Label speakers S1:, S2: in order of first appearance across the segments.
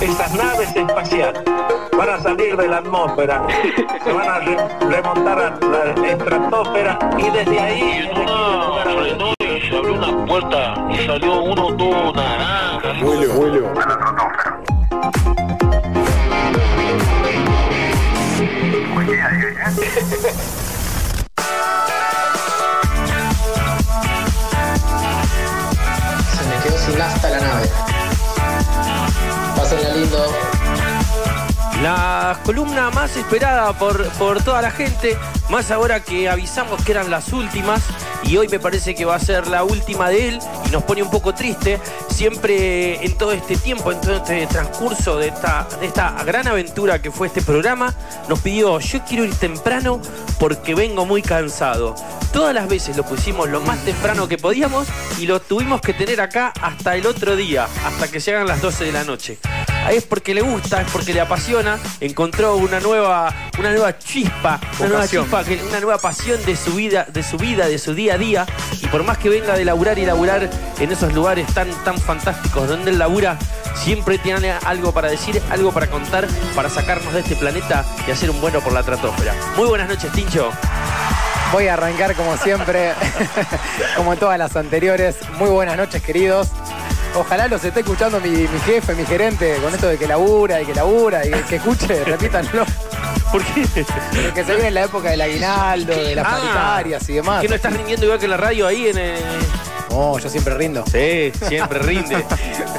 S1: Estas naves espaciales van a salir de la atmósfera, se van a re- remontar a la estratosfera y desde ahí...
S2: en una frenó y se abrió una puerta y salió uno todo naranja.
S3: Se me quedó sin hasta la nave. Pásenla lindo.
S4: La columna más esperada por, por toda la gente, más ahora que avisamos que eran las últimas y hoy me parece que va a ser la última de él y nos pone un poco triste, siempre en todo este tiempo, en todo este transcurso de esta, de esta gran aventura que fue este programa, nos pidió yo quiero ir temprano porque vengo muy cansado. Todas las veces lo pusimos lo más temprano que podíamos y lo tuvimos que tener acá hasta el otro día, hasta que llegan las 12 de la noche es porque le gusta, es porque le apasiona, encontró una nueva, una nueva chispa, una nueva
S5: Vocación.
S4: chispa, que- una nueva pasión de su vida, de su vida, de su día a día. Y por más que venga de laburar y laburar en esos lugares tan, tan fantásticos donde él labura, siempre tiene algo para decir, algo para contar, para sacarnos de este planeta y hacer un bueno por la tratósfera. Muy buenas noches, Tincho.
S5: Voy a arrancar como siempre, como en todas las anteriores. Muy buenas noches, queridos. Ojalá los esté escuchando mi, mi jefe, mi gerente, con esto de que labura y que labura y que, que escuche, repítanlo.
S4: ¿Por qué?
S5: Porque se viene la época del aguinaldo, de las
S4: Ah,
S5: paritarias y demás.
S4: ¿Que no estás rindiendo igual que la radio ahí en el...
S5: No, yo siempre rindo.
S4: Sí, siempre rinde.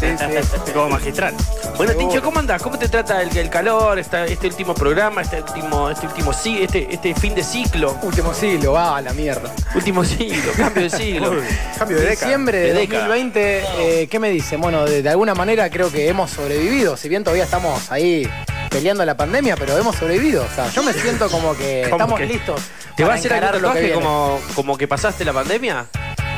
S5: Sí, sí.
S6: Como magistral.
S4: Bueno,
S5: Seguro.
S4: Tincho, ¿cómo andás? ¿Cómo te trata el, el calor, esta- este último programa, este último, este último sí, este, este fin de ciclo?
S5: Último siglo, va a la mierda.
S4: Último siglo, cambio de siglo.
S6: Cambio de década.
S5: Diciembre de
S4: De década.
S5: 2020, eh, ¿qué me dice? Bueno, de, de alguna manera creo que hemos sobrevivido, si bien todavía estamos ahí peleando la pandemia, pero hemos sobrevivido. O sea, yo me siento como que
S4: Como
S5: estamos
S4: que-
S5: listos.
S4: ¿Te va
S5: para
S4: a hacer algún
S5: encarar lo que
S4: tatuaje
S5: viene.
S4: como, como que pasaste la pandemia?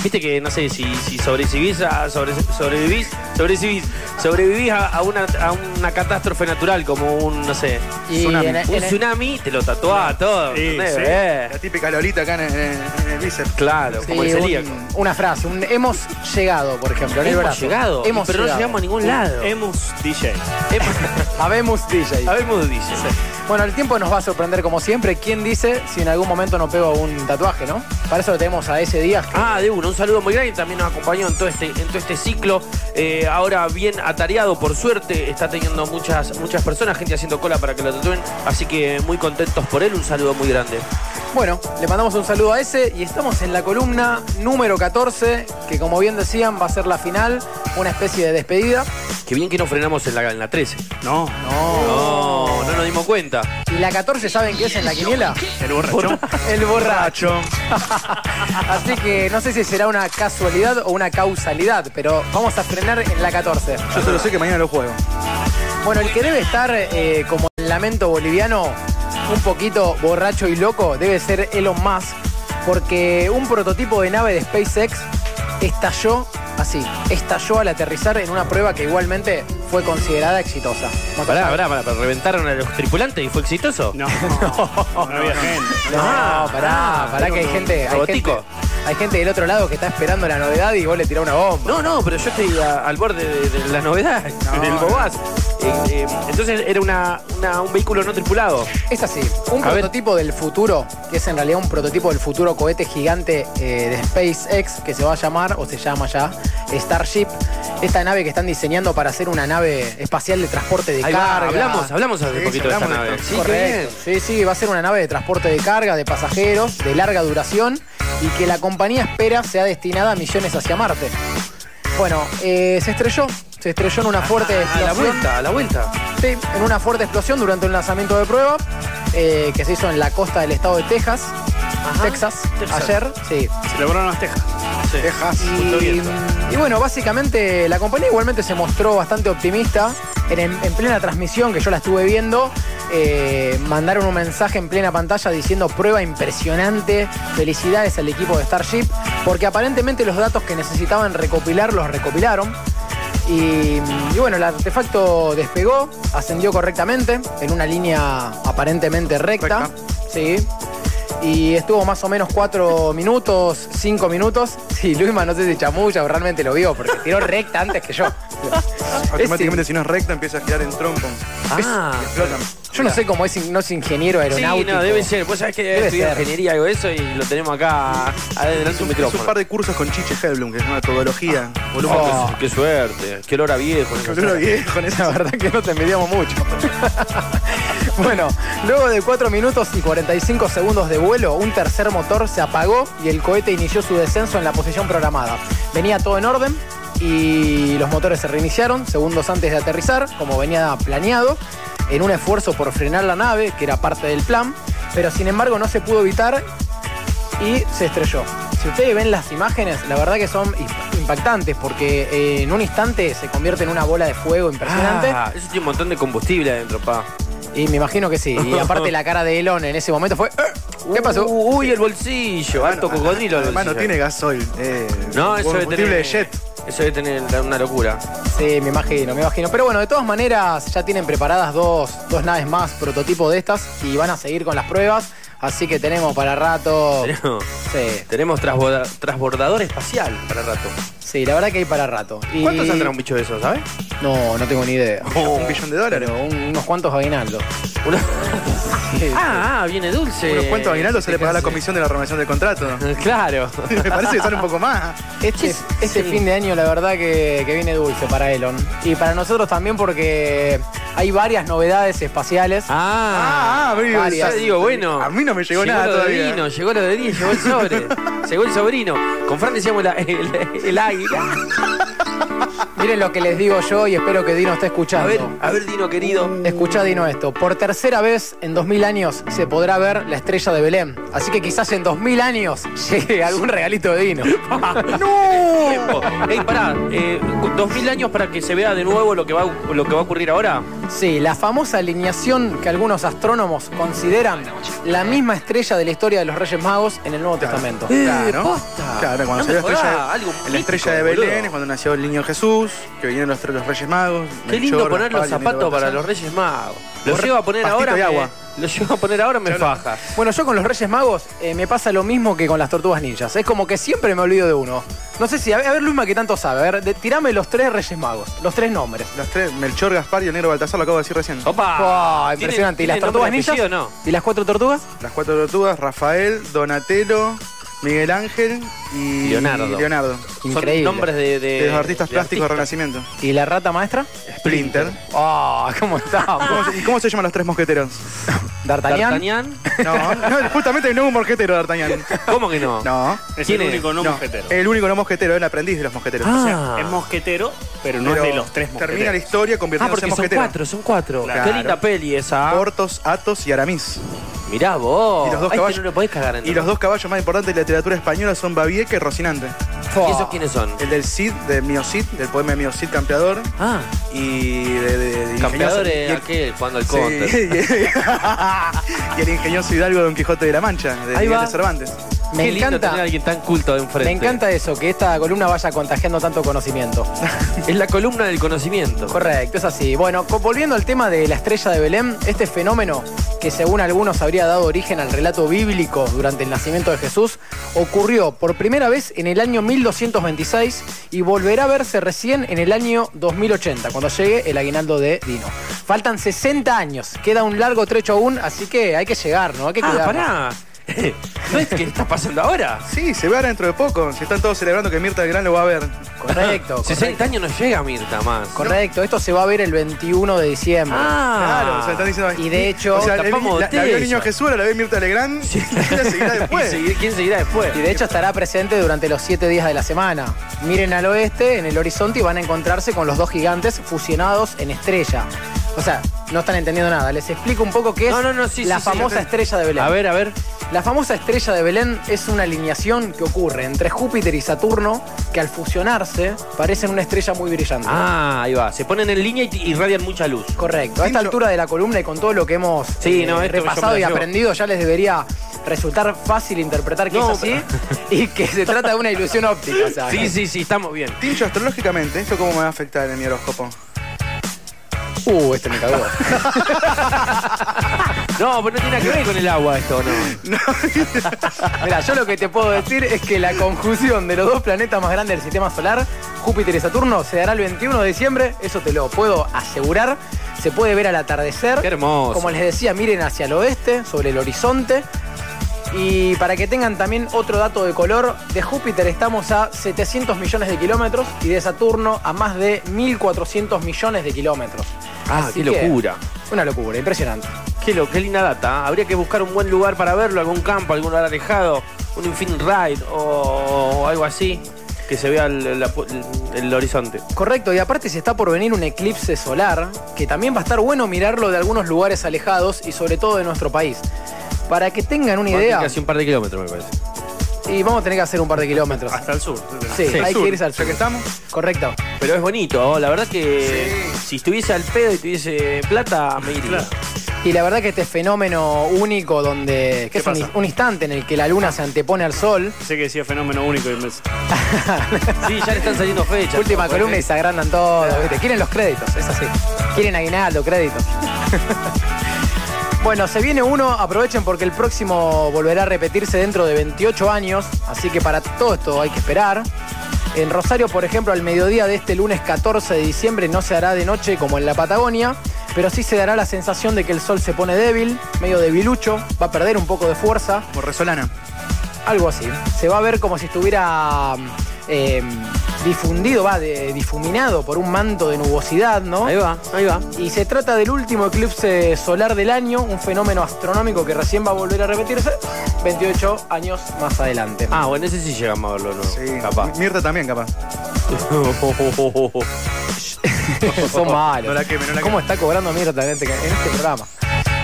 S4: Viste que, no sé, si, si sobrevivís, a, sobre- sobrevivís, sobrevivís, sobrevivís a, a una, a una catástrofe natural como un, no sé,
S5: Y
S4: tsunami.
S5: en el-
S4: un
S5: en el-
S4: tsunami, te lo tatuás todo,
S6: Sí,
S4: ¿entendés?
S6: sí.
S4: Eh,
S6: La típica Lolita acá en, en- en el bíceps.
S4: Claro,
S5: Sí,
S4: como el
S5: un-
S4: celíaco.
S5: una frase, un hemos llegado, por ejemplo. en el
S4: Hemos
S5: brazo.
S4: llegado,
S5: Hemos
S4: pero no
S5: llegado. Eh,
S4: llegamos a ningún lado.
S6: Emus DJ.
S4: Hemos-
S5: Habemos DJ.
S4: Habemos dice.
S5: Bueno, el tiempo nos va a sorprender como siempre. ¿Quién dice si en algún momento no pego un tatuaje, no? Para eso lo tenemos a ese día.
S4: Ah, de uno, un saludo muy grande, también nos acompañó en todo este, en todo este ciclo, Eh, ahora bien atareado, por suerte, está teniendo muchas, muchas personas, gente haciendo cola para que lo tatúen, así que muy contentos por él, un saludo muy grande.
S5: Bueno, le mandamos un saludo a ese y estamos en la columna número 14, que como bien decían va a ser la final, una especie de despedida.
S4: Qué bien que no frenamos en la, en la 13.
S6: No,
S4: Oh. No, no nos dimos cuenta.
S5: Y la 14, ¿saben qué es en la quiniela?
S6: el borracho.
S5: El borracho. Así que no sé si será una casualidad o una causalidad, pero vamos a frenar en la 14.
S6: Yo solo sé que mañana lo juego.
S5: Bueno, el que debe estar eh, como el lamento boliviano, un poquito borracho y loco, debe ser Elon Musk, porque un prototipo de nave de SpaceX estalló así, estalló al aterrizar en una prueba que igualmente fue considerada exitosa. Más
S4: Pará,
S5: allá-
S4: pará, pará, pará, reventaron a los tripulantes y fue exitoso.
S6: No, no, había gente.
S5: No, pará, pará que hay gente, hay
S4: Ah, Robotico.
S5: gente, hay gente del otro lado que está esperando la novedad y vos le tirás una bomba.
S4: No, no, pero yo estoy a- al borde de, de la novedad, del bobás. Eh, eh, entonces era una- una- un vehículo no tripulado.
S5: Es así, un
S4: A ver.
S5: prototipo del futuro, que es en realidad un prototipo del futuro cohete gigante eh, de SpaceX, que se va a llamar, o se llama ya, Starship. Esta nave que están diseñando para hacer una nave espacial de transporte de
S4: Ahí va,
S5: carga.
S4: hablamos, hablamos hace
S6: Sí,
S4: poquito de esta
S6: hablamos de
S4: nave.
S6: esto.
S4: Sí, qué bien.
S5: Correcto. Sí, sí, va a ser una nave de transporte de carga, de pasajeros, de larga duración y que la compañía espera sea destinada a misiones hacia Marte. Bueno, eh, se estrelló, se estrelló en una fuerte
S4: A Ah, la
S5: explosión.
S4: vuelta, a la vuelta.
S5: Sí, en una fuerte explosión durante un lanzamiento de prueba eh, que se hizo en la costa del estado de Texas, Texas,
S4: Texas.
S5: ayer. Sí.
S6: Se lograron las tejas.
S4: Sí.
S6: Tejas.
S5: Y, y bueno, básicamente la compañía igualmente se mostró bastante optimista. En, en plena transmisión que yo la estuve viendo, eh, mandaron un mensaje en plena pantalla diciendo prueba impresionante, felicidades al equipo de Starship, porque aparentemente los datos que necesitaban recopilar los recopilaron. Y, y bueno, el artefacto despegó, ascendió correctamente, en una línea aparentemente recta.
S6: Recta.
S5: Sí. y estuvo más o menos 4 minutos, 5 minutos. Sí, Luisma no sé si chamulla o realmente lo vio porque tiró recta antes que yo.
S6: Automáticamente, si no es recta, empieza a girar en trompo.
S4: Ah.
S6: Explotan.
S5: Yo no sé cómo es, in- no es ingeniero
S4: Sí,
S5: aeronáutico.
S4: no, debe ser. Vos sabés que debe
S5: Debe
S4: estudiar
S5: ser.
S4: ingeniería algo de eso y lo tenemos acá adelante un
S6: Hice
S4: micrófono.
S6: un par de cursos con Chiche Helblum, que es una metodología. Volumen
S5: Oh,
S4: Qué suerte, qué olor a viejo.
S6: que se- Yo lo vi con esa.
S5: la verdad que no te envidiamos mucho. bueno, luego de 4 minutos y 45 segundos de vuelo, un tercer motor se apagó y el cohete inició su descenso en la posición programada. Venía todo en orden y los motores se reiniciaron segundos antes de aterrizar, como venía planeado, en un esfuerzo por frenar la nave, que era parte del plan, pero sin embargo no se pudo evitar y se estrelló. Si ustedes ven las imágenes, la verdad que son im- impactantes porque eh, en un instante se convierte en una bola de fuego impresionante.
S4: Ah, eso tiene un montón de combustible adentro, pa.
S5: Y me imagino que sí. Y aparte la cara de Elon en ese momento fue... "Eh, ¿Qué pasó?
S4: Uh, Uy, uy, el bolsillo, alto cocodrilo. el
S6: Además, no
S4: bolsillo.
S6: tiene gasoil. Eh,
S4: No, eso debe
S6: combustible
S4: tener.
S6: de jet.
S4: Eso debe tener una locura.
S5: Sí, me imagino, me imagino. Pero bueno, de todas maneras ya tienen preparadas dos, dos naves más, prototipo de estas, y van a seguir con las pruebas. Así que tenemos para rato...
S4: Tenemos,
S5: Sí,
S4: tenemos trasborda- transbordador espacial para rato.
S5: sí, la verdad que hay para rato. Y-
S4: ¿Cuánto saldrá un bicho de esos, sabes?
S5: No, no tengo ni idea.
S6: Un billón de dólares.
S5: Pero un- unos cuantos aguinaldos.
S4: Una-
S5: Sí,
S4: Ah, ah, viene dulce.
S6: Unos cuantos aguinaldos se le paga la
S4: Fíjense.
S6: comisión de la renovación del contrato.
S4: Claro.
S6: Me parece que son un poco más.
S5: Este,
S4: Sí.
S5: este fin de año la verdad que, que viene dulce para Elon. Y para nosotros también porque hay varias novedades espaciales.
S4: Ah,
S6: Ah, ah, pero
S4: varias.
S5: yo
S4: digo, bueno.
S6: A mí no me llegó nada
S4: lo de
S6: todavía.
S4: Vino, llegó lo de vino, llegó el sobre, llegó el sobrino. Con Fran decíamos la- el, el águila.
S5: Miren lo que les digo yo y espero que Dino esté
S4: A ver,
S5: escuchando.
S4: a ver, Dino querido.
S5: Escucha Dino esto. Por tercera vez en 2000 años se podrá ver la estrella de Belén. Así que quizás en 2000 años llegue algún regalito de Dino.
S4: Tiempo. Ey, pará, eh, dos mil años para que se vea de nuevo lo que va, lo que va a ocurrir ahora.
S5: Sí, la famosa alineación que algunos astrónomos consideran la misma estrella de la historia de los Reyes Magos en el Nuevo Testamento.
S6: Claro.
S4: Eh, posta.
S6: Claro, cuando
S4: No
S6: salió
S4: me
S6: la estrella,
S4: jodá, algo
S6: la estrella de
S4: mítico,
S6: Belén
S4: boludo.
S6: es cuando nació el niño Jesús, que vinieron los, los Reyes Magos.
S4: Qué lindo
S6: Melchor,
S4: poner los
S6: Gaspar y
S4: zapatos
S6: Leonardo
S4: para los
S6: Baltasar.
S4: Reyes Magos. Los
S6: Borra-
S4: llevo a poner
S6: pastito
S4: ahora.
S6: de
S4: me-
S6: agua.
S4: Los llevo a poner ahora, me
S6: Yo no-
S4: faja.
S5: Bueno, yo con los Reyes Magos eh, me pasa lo mismo que con las tortugas ninjas. Es como que siempre me olvido de uno. No sé si, a ver, a ver, Luzma, que tanto sabe. A ver, de- tirame los tres Reyes Magos, los tres nombres.
S6: Los tres, Melchor, Gaspar y el negro Baltasar, lo acabo de decir recién.
S4: Opa.
S5: Fua, Ah, impresionante. ¿Y las tortugas ninjas?
S4: o no?
S5: ¿Y las cuatro tortugas?
S6: Las cuatro tortugas, Rafael, Donatello, Miguel Ángel y
S4: Leonardo.
S6: Leonardo.
S5: Increíble.
S4: Son nombres de, de-
S6: De los artistas
S4: de
S6: plásticos del
S4: artistas.
S6: Renacimiento.
S5: ¿Y la rata maestra?
S6: Splinter.
S5: Ah, ¿cómo
S6: ¿Cómo
S5: estamos?
S6: se- ¿Y cómo se llaman los tres mosqueteros?
S5: D'Artagnan.
S4: D'Artagnan.
S6: No, no, justamente no hubo un mosquetero, D'Artagnan.
S4: ¿Cómo que no?
S6: No.
S7: Es
S4: ¿Quién
S7: el
S4: es?
S7: único no,
S6: no,
S7: mosquetero.
S6: El único no mosquetero, el aprendiz de los mosqueteros.
S4: Ah.
S7: O sea, es mosquetero, pero no
S6: Pero
S7: es de los tres mosqueteros.
S6: Termina la historia
S4: Ah,
S6: convirtiéndose
S4: porque
S6: en
S4: son
S6: mosquetero.
S4: cuatro, son cuatro.
S6: Claro.
S4: Qué linda peli esa.
S6: Portos, Atos y Aramis.
S4: Mirá vos.
S6: Y los dos
S4: Ay,
S6: caballos-
S4: que no lo podés cagar en
S6: Y los dos caballos más importantes de la literatura española son Babieca y Rocinante.
S4: ¿Y esos quiénes son?
S6: El del Cid, de Mio Cid, del poema de Mio Cid Campeador.
S4: Ah,
S6: Y de, de- de-
S4: campeador
S6: ingenioso-
S4: es
S6: y el-
S4: aquel jugando al
S6: Sí,
S4: counter.
S6: y el ingenioso hidalgo Don Quijote de la Mancha, de
S4: Ahí
S6: Miguel
S4: va.
S6: de Cervantes.
S5: Me
S4: Qué lindo
S5: encanta.
S4: tener a alguien este. tan culto de enfrente.
S5: Me encanta eso, que esta columna vaya contagiando tanto conocimiento.
S4: Es la columna del conocimiento.
S5: Correcto, es así. Bueno, co- volviendo al tema de la estrella de Belén, este fenómeno que según algunos habría dado origen al relato bíblico durante el nacimiento de Jesús, ocurrió por primera vez en el año 1226 y volverá a verse recién en el año 2080, cuando llegue el aguinaldo de Dino. Faltan 60 años, queda un largo trecho aún, así que hay que llegar, ¿no? Hay que
S4: Ah,
S5: cuidarnos.
S4: pará. ¿No es que está pasando ahora?
S6: Sí, se verá dentro de poco. Si están todos celebrando que Mirta del Gran lo va a ver.
S5: Correcto, correcto.
S4: 60 años no llega Mirta más.
S5: Correcto, esto se va a ver el 21 de diciembre.
S6: Claro, o sea, están
S4: Ah.
S6: diciendo.
S5: Y de hecho,
S6: o sea, la, vi-
S4: tapamos
S6: la- la vio el niño
S4: botellas.
S6: Jesús, ahora la ve Mirta Legrand.
S4: Sí.
S6: Y la seguirá después.
S4: ¿Y segui- ¿Quién seguirá después?
S5: Y de hecho estará presente durante los siete días de la semana. Miren al oeste, en el horizonte, y van a encontrarse con los dos gigantes fusionados en estrella. O sea, no están entendiendo nada. Les explico un poco qué es
S4: No, no, no, sí,
S5: la
S4: sí, sí,
S5: famosa
S4: sí.
S5: estrella de Belén.
S4: A ver, a ver.
S5: La famosa estrella de Belén es una alineación que ocurre entre Júpiter y Saturno que al fusionarse parecen una estrella muy brillante.
S4: Ah, ahí va. Se ponen en línea y t- irradian mucha luz.
S5: Correcto. A esta
S6: Tincho-
S5: altura de la columna y con todo lo que hemos eh,
S4: Sí, no, esto yo me
S5: repasado
S4: la
S5: y
S4: llevo.
S5: aprendido, ya les debería resultar fácil interpretar que
S4: No,
S5: es así y que se trata de una ilusión óptica. o sea,
S4: Sí, sí, sí, estamos bien.
S6: Tincho, astrológicamente, ¿esto cómo me va a afectar en mi horóscopo?
S5: Uh, este me cagó.
S4: No, pero no tiene nada que ver con el agua esto, no.
S5: Mira, yo lo que te puedo decir es que la conjunción de los dos planetas más grandes del sistema solar, Júpiter y Saturno, se dará el 21 de diciembre, eso te lo puedo asegurar. Se puede ver al atardecer.
S4: Qué hermoso.
S5: Como les decía, miren hacia el oeste, sobre el horizonte. Y para que tengan también otro dato de color, de Júpiter estamos a 700 millones de kilómetros y de Saturno a más de 1.400 millones de kilómetros.
S4: Ah,
S5: Así
S4: qué
S5: que,
S4: locura.
S5: Una locura, impresionante.
S4: Qué, lo, qué linda data. ¿eh? Habría que buscar un buen lugar para verlo, algún campo, algún lugar alejado, un infinite ride o, o algo así, que se vea el, la pu- el- el horizonte.
S5: Correcto, y aparte se está por venir un eclipse solar, que también va a estar bueno mirarlo de algunos lugares alejados y sobre todo de nuestro país. Para que tengan una
S4: Más que
S5: idea,
S4: Casi un par de kilómetros, me parece.
S5: y vamos a tener que hacer un par de kilómetros.
S7: Hasta el sur.
S5: Sí, hay que irse al
S6: Ya
S5: sur.
S6: que estamos.
S5: Correcto.
S4: Pero es bonito, ¿oh? la verdad que si estuviese al pedo y tuviese plata, me iría.
S5: Y la verdad que este fenómeno único donde... que
S7: ¿Qué
S5: es un,
S7: pasa?
S5: un instante en el que la luna se antepone al sol.
S7: Sé que decía fenómeno único y me...
S4: Sí, ya le están saliendo fechas.
S5: Última
S4: ¿no?
S5: columna y se agrandan todos, ¿viste? Quieren los créditos, es así. Quieren aguinaldo, créditos. bueno, se viene uno, aprovechen porque el próximo volverá a repetirse dentro de 28 años, así que para todo esto hay que esperar. En Rosario, por ejemplo, al mediodía de este lunes 14 de diciembre no se hará de noche como en la Patagonia, pero sí se dará la sensación de que el sol se pone débil, medio debilucho, va a perder un poco de fuerza.
S6: Por Resolana.
S5: Algo así. Se va a ver como si estuviera eh, difundido, va, de- difuminado por un manto de nubosidad, ¿no?
S4: Ahí va, ahí va.
S5: Y se trata del último eclipse solar del año, un fenómeno astronómico que recién va a volver a repetirse 28 años más adelante.
S4: Ah, bueno, ese sí llegamos a verlo, ¿no?
S6: Sí.
S4: Capaz.
S6: Mirta también, capaz.
S5: Son malos.
S6: Oh, No la queme, no la
S5: ¿Cómo
S6: queme.
S5: está cobrando mierda en este, en este programa?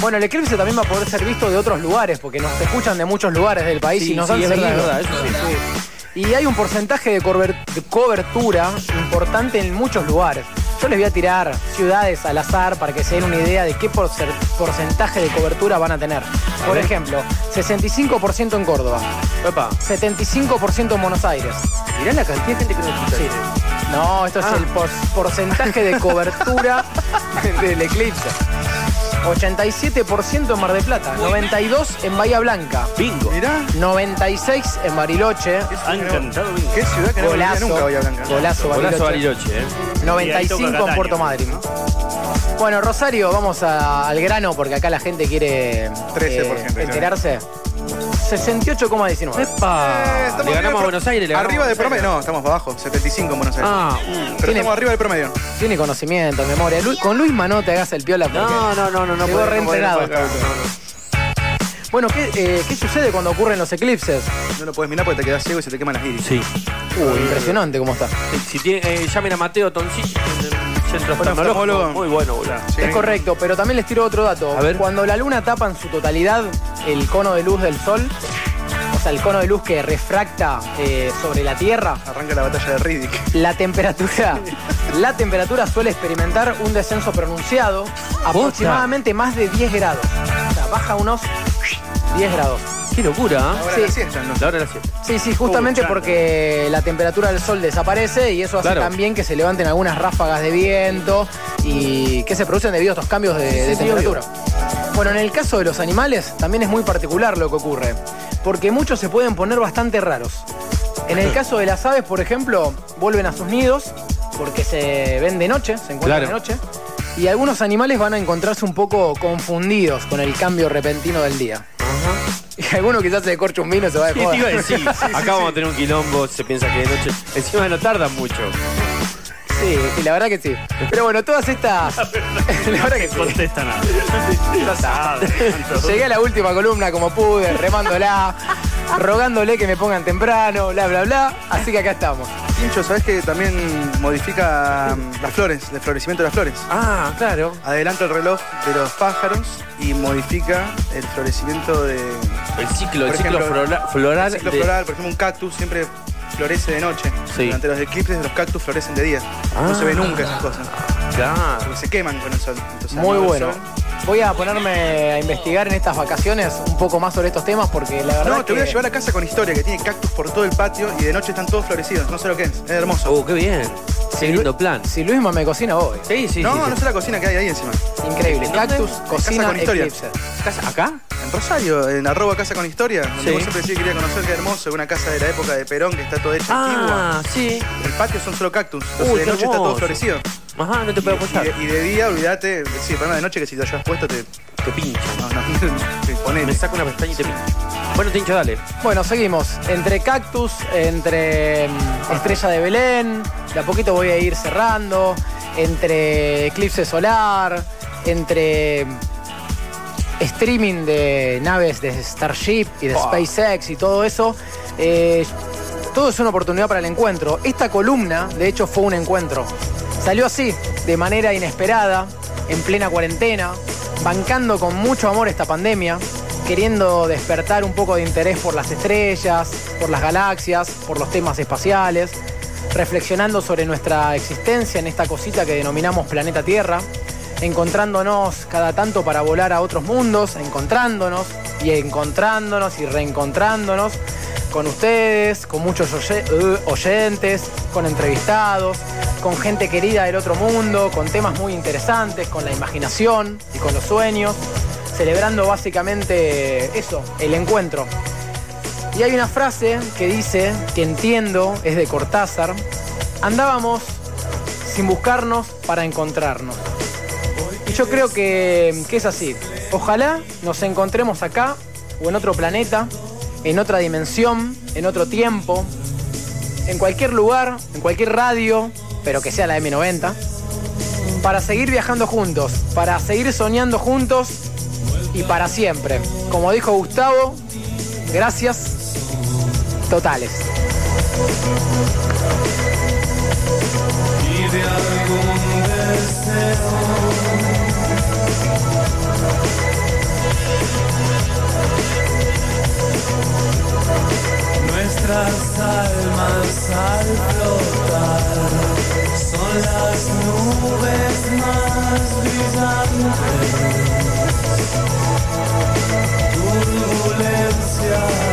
S5: Bueno, el eclipse también va a poder ser visto de otros lugares, porque nos escuchan de muchos lugares del país
S4: Sí,
S5: y nos
S4: sí,
S5: han
S4: es verdad,
S5: seguido.
S4: es verdad, eso
S5: Y hay un porcentaje de, corber- de cobertura importante en muchos lugares. Yo les voy a tirar ciudades al azar para que se den una idea de qué porcer- porcentaje de cobertura van a tener. Por ejemplo, 65% en Córdoba,
S4: Papá,
S5: 75% en Buenos Aires.
S4: mirá la cantidad de gente que nos escucha.
S5: No, esto es
S4: Ah.
S5: el por- porcentaje de cobertura del eclipse. 87% en Mar del Plata, 92% en Bahía Blanca,
S4: Bingo.
S6: Mirá,
S5: 96% en Bariloche,
S7: Han cantado bien.
S6: qué ciudad que no volví a
S5: golazo,
S6: nunca Bahía Blanca.
S5: golazo Bariloche,
S4: Golazo Bariloche, ¿eh?
S7: Y ahí
S5: 95%
S7: toca
S5: en
S7: Cataño.
S5: Puerto Madryn. Bueno, Rosario, vamos a- al grano porque acá la gente quiere eh,
S6: 13%,
S5: enterarse. 68,19.
S6: Eh,
S4: Epa.
S6: estamos
S4: Le
S6: arriba
S4: ganamos
S6: del
S4: a
S6: pro-
S4: Buenos Aires, le ganamos
S6: Arriba
S4: a
S6: de
S4: Buenos
S6: promedio. No, estamos abajo. 75 en Buenos Aires.
S4: Aires. Ah,
S6: Pero
S5: tiene-
S6: estamos arriba del promedio.
S5: Tiene conocimiento, memoria. Lu- con Luis Manó te hagas el piola. porque-
S4: no, no, no, no, no.
S5: Llegó
S4: puede- no puede-
S5: reentrenado.
S4: no puede- no puede-
S5: Bueno, ¿qué, eh, ¿qué sucede cuando ocurren los eclipses?
S6: No lo puedes mirar porque te quedas ciego y se te queman las iris.
S4: Sí.
S5: Uy, impresionante cómo está.
S4: Sí, Si tiene, eh, llamen a Mateo Toncini en el centro
S6: Bueno,
S4: oftalmológico.
S6: oftalmólogo.
S4: Muy bueno, boludo.
S6: Sí.
S5: Es correcto, pero también les tiro otro dato.
S4: A ver.
S5: Cuando la luna tapa en su totalidad el cono de luz del sol, o sea, el cono de luz que refracta eh, sobre la Tierra,
S6: Arranca la batalla de Riddick.
S5: la temperatura, la temperatura suele experimentar un descenso pronunciado, aproximadamente más de 10 grados. O sea, baja unos 10 grados.
S4: Qué locura, ¿eh?
S6: Ahora
S5: Sí.
S6: la siesta, ¿no?
S4: La hora de la siesta.
S5: Sí, sí, justamente
S7: Escuchando.
S5: porque la temperatura del sol desaparece y eso hace
S4: Claro.
S5: también que se levanten algunas ráfagas de viento y que se producen debido a estos cambios de, de temperatura. Bueno, en el caso de los animales también es muy particular lo que ocurre, porque muchos se pueden poner bastante raros. En el caso de las aves, por ejemplo, vuelven a sus nidos porque se ven de noche, se encuentran
S4: Claro.
S5: de noche, y algunos animales van a encontrarse un poco confundidos con el cambio repentino del día. Y alguno quizás se le corcha un vino y se va de
S4: ¿Qué
S5: joda.
S4: te iba a decir? Acá vamos a tener un quilombo, se piensa que de noche. Encima no tardan mucho.
S5: Sí, sí, la verdad que sí. Pero bueno, todas estas. la verdad que sí.
S7: Contesta nada. Sabe,
S5: Llegué a la última columna como pude, remándola, rogándole que me pongan temprano, bla, bla, bla. Así que acá estamos.
S6: Pincho, ¿sabes que también modifica mm, las flores, el florecimiento de las flores?
S4: Ah, claro.
S6: Adelanta el reloj de los pájaros y modifica el florecimiento de.
S4: El ciclo, el
S6: Por
S4: ciclo
S6: ejemplo,
S4: flora- floral.
S6: el ciclo
S4: de-
S6: floral, por ejemplo, un cactus siempre florece de noche.
S4: Sí.
S6: Durante los eclipses los cactus florecen de día.
S4: Ah.
S6: No se ve nunca esas cosas.
S4: Claro.
S6: Porque se queman con el sol. Entonces,
S5: Muy
S6: al nuevo
S5: bueno.
S6: sol,
S5: Voy a ponerme a investigar en estas vacaciones un poco más sobre estos temas porque la verdad.
S6: No, te voy a
S5: que-
S6: llevar a casa con historia, que tiene cactus por todo el patio y de noche están todos florecidos. No sé lo que es. Es hermoso.
S4: Oh, qué bien. Qué
S5: Lu-
S4: lindo plan.
S5: Si Luisma me cocina, voy.
S4: Sí, sí,
S6: no,
S4: sí, sí.
S6: no sé la cocina que hay ahí encima.
S5: Increíble.
S4: ¿Dónde?
S5: Cactus, cocina,
S6: con historia.
S5: eclipse.
S4: ¿Estás acá?
S6: En Rosario, en arroba casa con historia, donde
S4: Sí.
S6: vos siempre decís que quería conocer qué hermoso, una casa de la época de Perón que está toda hecha
S4: Ah, sí.
S6: antigua. El patio son solo cactus. Entonces
S4: Uy,
S6: de
S4: qué
S6: noche está todo
S4: hermoso.
S6: florecido.
S4: Ajá, no te puedo
S6: Y
S4: apoyar.
S6: de, y de día, olvídate, sí, el problema de noche que si te lo llevas puesto te.
S4: Te pincho.
S6: No, no, te
S4: Me
S6: pones.
S4: saco una pestaña y te pincho. Bueno, Tincho, dale.
S5: Bueno, seguimos. Entre Cactus, entre mm, Estrella de Belén, de a poquito voy a ir cerrando, entre Eclipse Solar, entre mm, streaming de naves de Starship y de SpaceX y todo eso. eh, todo es una oportunidad para el encuentro. Esta columna, de hecho, fue un encuentro. Salió así, de manera inesperada, en plena cuarentena, bancando con mucho amor esta pandemia, queriendo despertar un poco de interés por las estrellas, por las galaxias, por los temas espaciales, reflexionando sobre nuestra existencia en esta cosita que denominamos planeta Tierra, encontrándonos cada tanto para volar a otros mundos, encontrándonos y encontrándonos y reencontrándonos con ustedes, con muchos oye- eh, oyentes, con entrevistados, con gente querida del otro mundo, con temas muy interesantes, con la imaginación y con los sueños, celebrando básicamente eso, el encuentro. Y hay una frase que dice, que entiendo, es de Cortázar, andábamos sin buscarnos para encontrarnos. Y yo creo que, que es así. Ojalá nos encontremos acá o en otro planeta, en otra dimensión, en otro tiempo, en cualquier lugar, en cualquier radio, pero que sea la M90, para seguir viajando juntos, para seguir soñando juntos y para siempre. Como dijo Gustavo, gracias totales.
S8: Nuestras almas al flotar son las nubes más brillantes. Turbulencia.